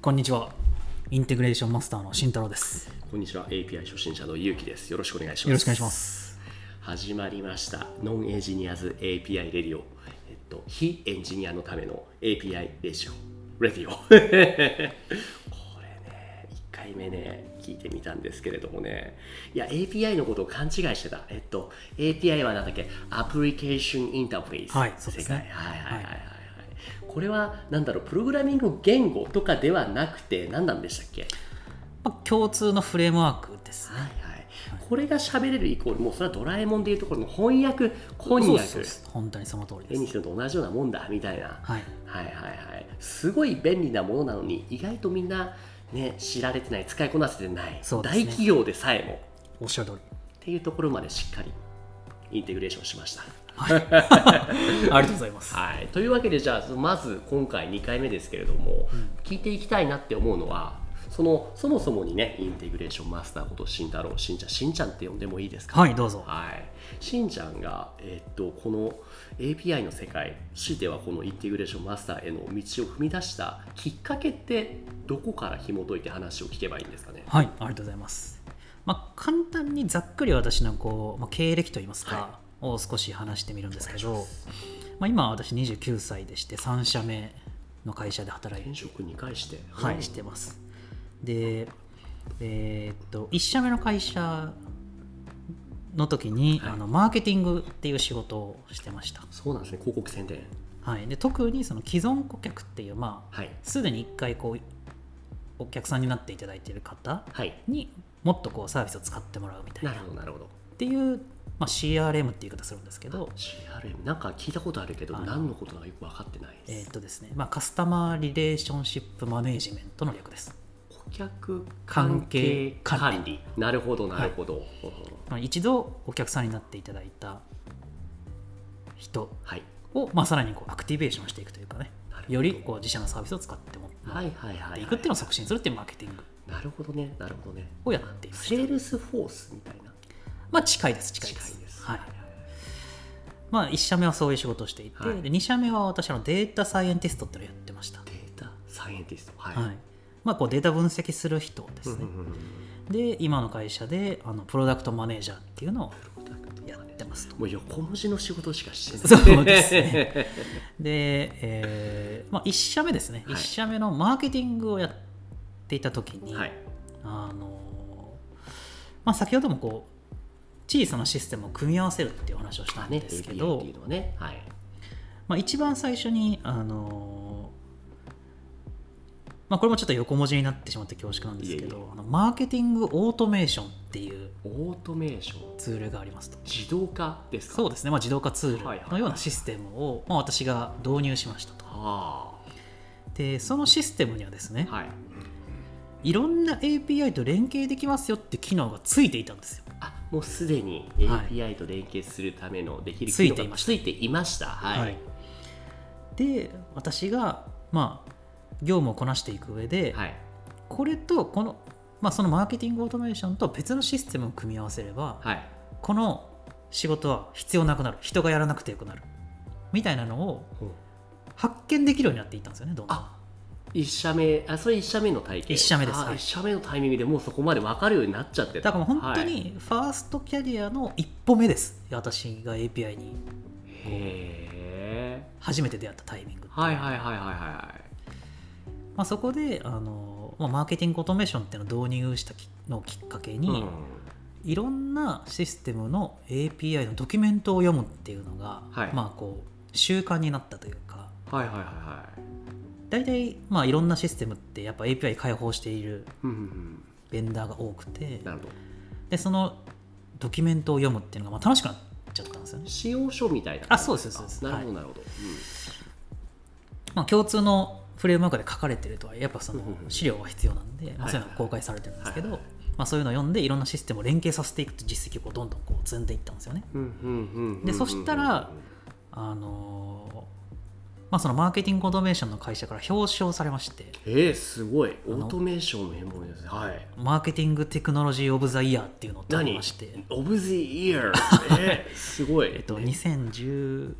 こんにちは。インテグレーションマスターの慎太郎です。こんにちは API 初心者のゆうきですよろしくお願いしますよろしくお願いします。始まりましたノンエンジニアズ API レディオえっと非エンジニアのための API レジオレディオ これね1回目ね聞いてみたんですけれどもねいや API のことを勘違いしてたえっと API はなんだっけアプリケーションインターフェース、はいそうですね世界はいはいはいははいいこれはなんだろうプログラミング言語とかではなくて何なんでしたっけまあ、共通のフレームワークです。はいはい、これが喋れるイコールもうそれはドラえもんでいうところの翻訳こんそうにでゃすそうくです本当にその通りで絵にしす。てるのと同じようなもんだみたいな、はい。はいはいはいすごい便利なものなのに意外とみんな、ね、知られてない使いこなせてない、そう大ですね企業でさえもおっしゃる通り。っていうところまでしっかりインテグレーションしました。 ありがとうございます。はい、というわけでじゃあまず今回2回目ですけれども、聞いていきたいなって思うのはそのそもそもにねインテグレーションマスターこと慎太郎しんちゃんしんちゃんって呼んでもいいですかはい、どうぞ。はい、しんちゃんが、えっとこの API の世界強いてはこのインテグレーションマスターへの道を踏み出したきっかけってどこから紐解いて話を聞けばいいんですかねはい、ありがとうございます。まあ、簡単にざっくり私のこう、まあ、経歴といいますか、はを少し話してみるんですけど、まあ、今私29歳でして3社目の会社で働いて転職2回してはうんい、してます。で、えーっと、1社目の会社の時に、はいあのマーケティングっていう仕事をしてました。そうなんですね広告宣伝はい、で特にその既存顧客っていう、まあ、はいすでに1回こうお客さんになっていただいている方はいにもっとこうサービスを使ってもらうみたいななっるほどなるほどていう、まあ、CRM っていう言い方するんですけど、 CRM なんか聞いたことあるけどはい何のことだかよく分かってないでえす、ーっとですねまあ、カスタマーリレーションシップマネージメントの略です。顧客関関係係管理管理なるほどなるほど、うんまあ、一度お客さんになっていただいた人はいを、まあ、さらにこうアクティベーションしていくというかねなるほどよりこう自社のサービスを使ってもらはっいはいはていいはくっていうのいを促進するっていうマーケティングなるほどねなるほどねをやっていましたセールスフォースみたいなまあ近いです近いですはいまあ、1社目はそういう仕事をしていて、はいで2社目は私あのデータサイエンティストっていうのをやってました、データサイエンティストはい、はいまあ、こうデータ分析する人でうんすうんね、うんうんで今の会社であのプロダクトマネージャーっていうのをプロダクトやってますともう横文字の仕事しかしてないそうですねで、えーまあ、1社目ですね、はい1社目のマーケティングをやっていた時に、 はいあのまあ、先ほどもこう小さなシステムを組み合わせるっていうお話をしたまあんねですけ API っどてい、うのはねはいまあ、一番最初に、あのまあ、これもちょっと横文字になってしまって恐縮なんですけどいえいあのマーケティングオートメーションっていうオートメーションツールがありますと。自動化ですかそううですね、まあ、自動化ツはーいルはのいようなシステムを、まあ、私が導入しましたと。はでそのシステムにはですね、あはいいろんな API と連携できますよって機能がついていたんですよ。あもうすでにはい API と連携するためのできる機能がついていましたはい、はいで私がまあ業務をこなしていく上で、これとこの、まあ、そのマーケティングオートメーションと別のシステムを組み合わせれば、はいこの仕事は必要なくなる人がやらなくてよくなるみたいなのを発見できるようになっていったんですよねどんどんあ一社目あそれ一社目の体験一社目ですあはい一社目のタイミングでもうそこまで分かるようになっちゃってだたからもう本当はいにファーストキャリアの一歩目です私が API にへえ初めて出会ったタイミングってうのはいはいはいはいはいまあ、そこであの、まあ、マーケティングオートメーションっていうのを導入したきのをきっかけに、うんいろんなシステムの API のドキュメントを読むっていうのが、はいまあこう習慣になったというかはいはいはいはい大体まあいろんなシステムってやっぱ API 開放しているうんうんベンダーが多くてうんなるほどでそのドキュメントを読むっていうのがまあ楽しくなっちゃったんですよね。使用書みたいなあそうですそうですなるほはどなるほど、まあ、共通のフレームワークで書かれてるとはいえやっぱそのうんうんうん資料が必要なんで、まあ、はいそういうのが公開されてるんですけど、はいはいまあ、そういうのを読んでいろんなシステムを連携させていくっていう実績をこうどんどんこう積んでいったんですよね。うんうんうんうんうんうんでそしたらあのーまあ、そのマーケティングオートメーションの会社から表彰されましてえー、すごいオートメーションの変貌ですねはいマーケティングテクノロジー・オブ・ザ・イヤーっていうのを取り何まして、オブ・ザ・イヤー、 えー、すごい、えっと、2012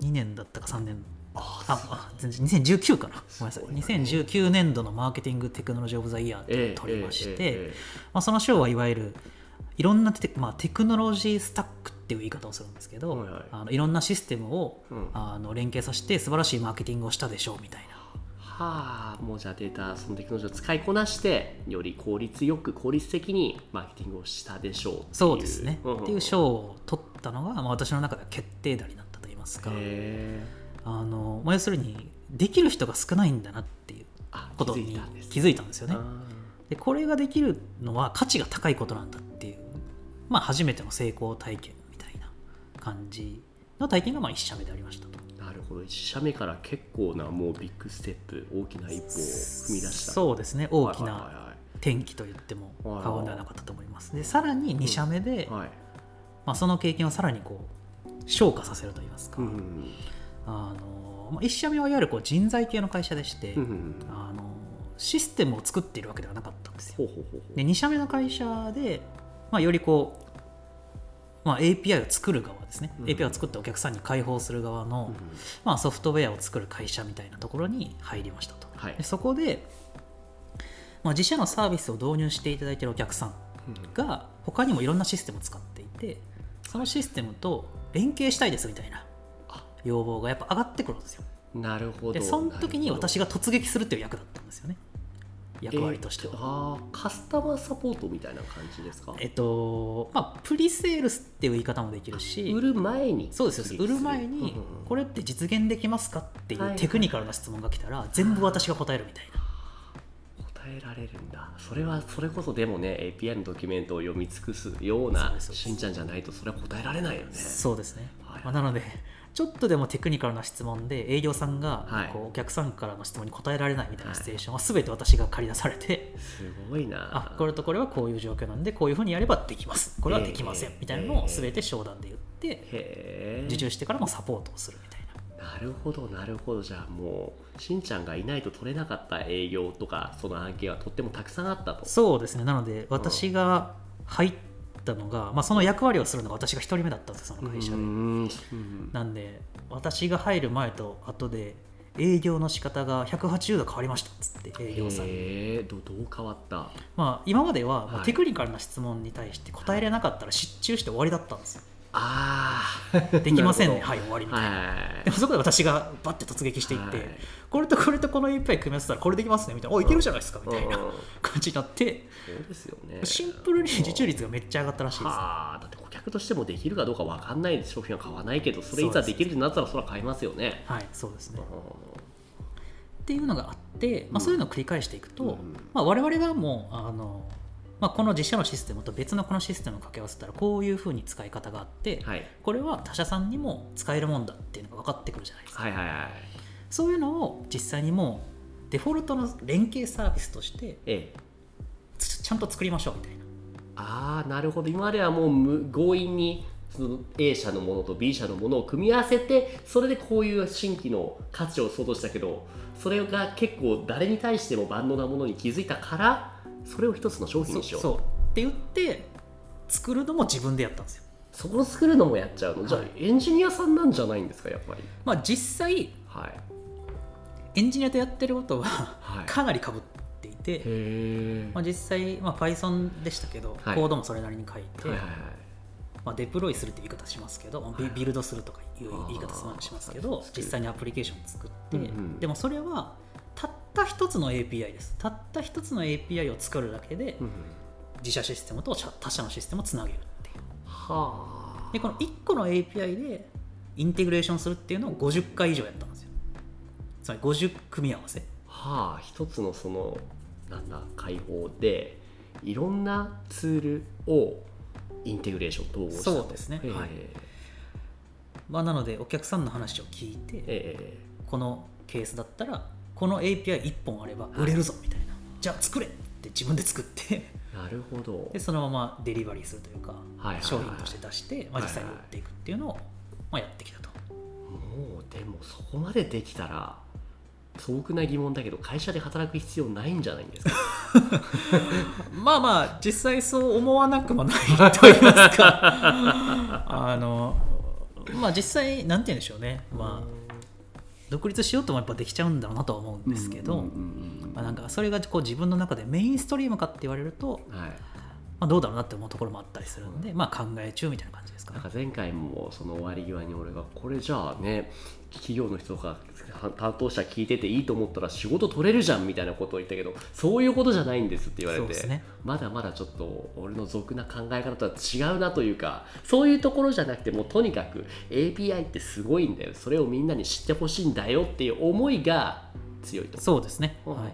年だったか3年ああそうああ全然2019かなごめんなさいすごいな2019年度のマーケティングテクノロジー・オブ・ザ・イヤーって取りまして、えええええまあ、その賞はいわゆるいろんなテ,、まあ、テクノロジースタックっていう言い方をするんですけど、はいはいあのいろんなシステムを、うんあの連携させて素晴らしいマーケティングをしたでしょうみたいなえはあもうじゃあデータそのテクノロジーを使いこなしてより効率よく効率的にマーケティングをしたでしょうっていうそうですね、んんっていう賞を取ったのが、まあ、私の中では決定打になったと言いますか、へえあのまあ、要するにできる人が少ないんだなっていうあこと気づいにたんです気づいたんですよね。あでこれができるのは価値が高いことなんだっていう、まあ、初めての成功体験みたいな感じの体験がまあ1社目でありましたと。ーなるほど1社目から結構なもうビッグステップ大きな一歩を踏み出したそうですね大きはいはいなはいはい転機と言ってもはいはい過言ではなかったと思います。でさらに2社目で、はい、まあ、その経験をさらにこう昇華させると言いますか、うんあのまあ、1社目はいわゆるこう人材系の会社でして、うんうん、あのシステムを作っているわけではなかったんですよ。ほうほうほうほうで2社目の会社で、まあ、よりこう、まあ、API を作る側ですね、うん API を作ってお客さんに開放する側の、うんうんまあ、ソフトウェアを作る会社みたいなところに入りましたと、はいでそこで、まあ、自社のサービスを導入していただいているお客さんが他にもいろんなシステムを使っていてそのシステムと連携したいですみたいなあ要望がやっぱ上がってくるんですよなるほどでその時に私がが突撃するっていう役だったんですよね役割としては、あーカスタマーサポートみたいな感じですかえっとまあ、プリセールスっていう言い方もできるし売る前にそうですよ売る前にこれれって実現できますかっていはいはういテクニカルな質問が来たら全部私が答えるみたいな答えられるんだそれはそれこそでもね API のドキュメントを読み尽くすよそううなですそうですしんちゃんじゃないとそれは答えられないよねそうですね、はいまあ、なので ちょっとでもテクニカルな質問で営業さんはがいこうお客さんからの質問に答えられないみたいなシチュエーションは全て私が借り出され てすごいなあこれとこれはこういう状況なんでこういうふうにやればできますこれはできませえんえみたいなのを全て商談で言ってへえ受注してからもサポートをするみたいななるほどなるほどじゃあもうしんちゃんがいないと取れなかった営業とかその案件はとってもたくさんあったとそうですねなので私が入ったのが、まあ、その役割をするのが私が1人目だったんですよその会社で、うーんうんなんで私が入る前と後で営業の仕方が180度変わりましたっつって営業さんに、へえどどう変わったまあ、今まではもはういテクニカルな質問に対して答えれなかったら失注して終わりだったんですよあ あできませんねははいい終わりみたいな、はでもそこで私がバッて突撃していって、はいこれとこれとこの API 組み合わせたらこれできますねみたいなおいけるじゃないですか みたいなうんうん感じになってそうですよねシンプルに受注率がめっちゃ上がったらしいですはあだって顧客としてもできるかどうかわかんない商品は買わないけどそれいそざうですできるってなったらそれは買いますよねはいそうですねうっていうのがあって、まあ、そういうのを繰り返していくと、うんまあ、我々がもうあの、まあ、この自社のシステムと別のこのシステムを掛け合わせたらこういうふうに使い方があって、んはいこれは他社さんにも使えるもんだっていうのが分かってくるじゃないですか、はいはいはいそういうのを実際にもうデフォルトの連携サービスとしてええつちゃんと作りましょうみたいなああなるほど今まではもうむ強引にその A 社のものと B 社のものを組み合わせてそれでこういう新規の価値を想像したけどそれが結構誰に対しても万能なものに気づいたからそれを一つの商品そにしようそうって言って作るのも自分でやったんですよそこを作るのもやっちゃうのじゃあはいエンジニアさんなんじゃないんですかやっぱりまあ実際はいエンジニアとやってることははいかなりかぶっていて、へまあ、実際、まあ、Python でしたけど、はいコードもそれなりに書いて、えはいはいはいまあ、デプロイするって言い方しますけど、ビビルドするとかいうあー言い方しますけど実際にアプリケーションを作って、うんうんでもそれはたった一つの API ですたった一つの API を作るだけでうんうん自社システムと他他社のシステムをつなげるっていうはでこの1個の API でインテグレーションするっていうのを50回以上やったんですよつまり50組み合わせあはあ一つのそのなんだ解放でいろんなツールをインテグレーション統合したとそうですねへえはいまあ、なのでお客さんの話を聞いて、えこのケースだったらこの API1 本あれば売れるぞみたいな、じゃあ作れって自分で作ってえなるほどでそのままデリバリーするというか、はいはいはい商品として出して、まあ、はいはい実際に売っていくっていうのを、まあ、やってきたともうでもそこまでできたら素朴な疑問だけど会社で働く必要ないんじゃないんですかまあまあ実際そう思わなくもないと言い ますかあのまあ実際なんて言うんでしょうねまあ独立しようともやっぱできちゃうんだろうなとは思うんですけど、うんうんうんうんまあ、なんかそれがこう自分の中でメインストリームかって言われると、はい、まあ、どうだろうなって思うところもあったりするんで、まあ、考え中みたいな感じですかなんね。か前回もその終わり際に俺がこれじゃあね企業の人とかは担当者聞いてていいと思ったら仕事取れるじゃんみたいなことを言ったけどそういうことじゃないんですって言われそうでて、すねまだまだちょっと俺の俗な考え方とは違うなというかそういうところじゃなくてもうとにかく API ってすごいんだよそれをみんなに知ってほしいんだよっていう思いが強いと。そうですね、はい、うん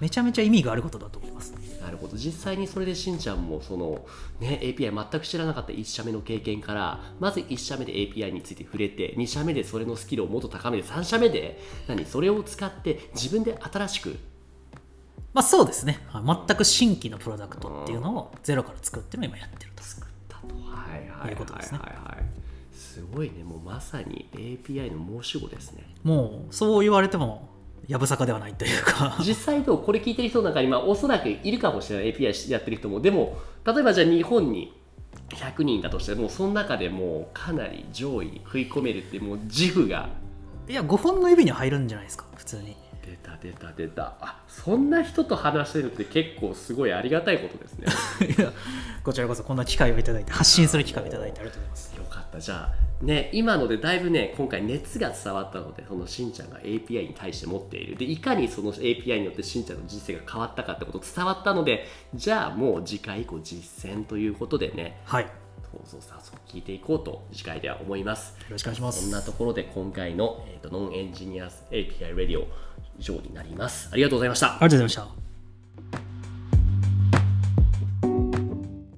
めちゃめちゃ意味があることだと思います。なるほど実際にそれでしんちゃんもその、ね、API 全く知らなかった1社目の経験からまず1社目で API について触れて2社目でそれのスキルをもっと高めて3社目で何それを使って自分で新しくまあ、そうですね、はい全く新規のプロダクトっていうのをゼロから作ってるのを今やってると。作ったとはいはいはいいうことですねはいはいすごいねもうまさに API の申し子ですねもうそう言われてもやぶさかではないというか 実際どうこれ聞いてる人の中に、まあ、おそらくいるかもしれない API やってる人もでも例えばじゃあ日本に100人だとしてもうその中でもうかなり上位に食い込めるってもう自負がいや5本の指には入るんじゃないですか普通に 出た出た出たあそんな人と話せるって結構すごいありがたいことですね いやこちらこそこんな機会をいただいて発信する機会をいただいてありがとうございますよかったじゃあね今のでだいぶね今回熱が伝わったのでそのしんちゃんが API に対して持っているでいかにその API によってしんちゃんの人生が変わったかってこと伝わったのでじゃあもう次回以降実践ということでねはいよ放送早速聞いていこうと次回では思いますろしくお願いしまそんすなところで今回の、えーとノンエンジニア API レディオ以上になりますありがとうございましたありがとうございました